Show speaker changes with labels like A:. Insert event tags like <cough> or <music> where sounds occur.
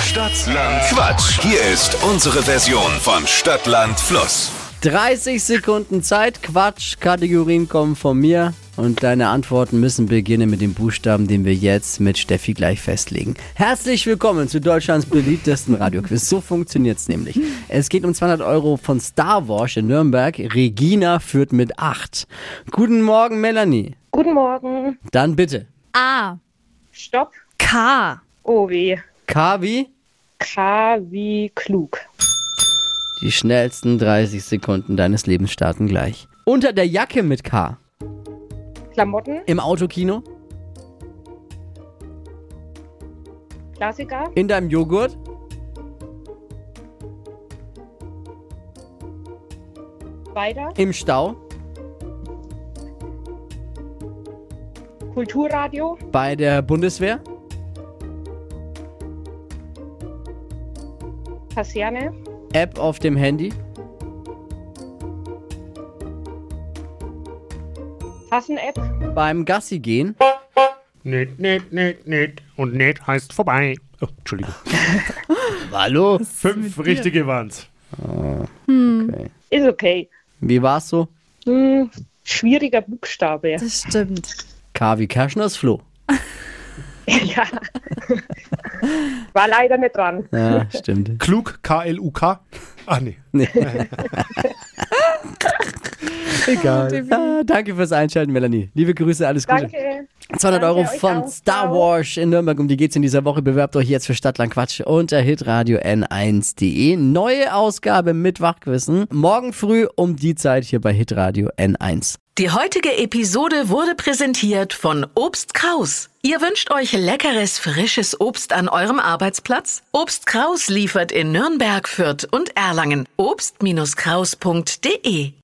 A: Stadtland Quatsch. Hier ist unsere Version von Stadtland Fluss.
B: 30 Sekunden Zeit, Quatsch, Kategorien kommen von mir und deine Antworten müssen beginnen mit dem Buchstaben, den wir jetzt mit Steffi gleich festlegen. Herzlich willkommen zu Deutschlands beliebtesten Radioquiz. So funktioniert's nämlich. Es geht um 200 Euro von Star Wars in Nürnberg. Regina führt mit 8. Guten Morgen, Melanie.
C: Guten Morgen.
B: Dann bitte.
D: A.
C: Stopp.
D: K.
C: Oh weh.
B: Kavi,
C: K wie klug.
B: die schnellsten 30 Sekunden deines Lebens starten gleich. Unter der Jacke mit K.
C: Klamotten.
B: Im Autokino,
C: Klassiker.
B: in deinem Joghurt,
C: Weiter.
B: im Stau,
C: Kulturradio.
B: bei der Bundeswehr,
C: Kaserne.
B: App auf dem Handy,
C: Tassen-App.
B: beim Gassi gehen.
E: Nett, nett, nett, nett. Und nett heißt vorbei. Oh, Entschuldigung.
B: Hallo.
E: Fünf richtige waren's.
C: Ist okay.
B: Wie war's so?
C: Hm, schwieriger Buchstabe. <laughs>
D: Das stimmt.
B: K wie Kerschners Flo.
C: Ja. War leider nicht dran.
E: <laughs>
B: Ja, stimmt.
E: Klug, K-L-U-K. Ah, nee. <laughs> Egal.
B: Ah, danke fürs Einschalten, Melanie. Liebe Grüße, alles Gute.
C: Danke.
B: 200 Euro
C: Danke euch
B: von
C: auch.
B: Star
C: Ciao.
B: Wars in Nürnberg. Um die geht's in dieser Woche. Bewerbt euch jetzt für Stadtland Quatsch unter hitradio n1.de. Neue Ausgabe mit Wachquissen. Morgen früh um die Zeit hier bei hitradio n1.
F: Die heutige Episode wurde präsentiert von Obst Kraus. Ihr wünscht euch leckeres, frisches Obst an eurem Arbeitsplatz? Obst Kraus liefert in Nürnberg, Fürth und Erlangen. Obst-Kraus.de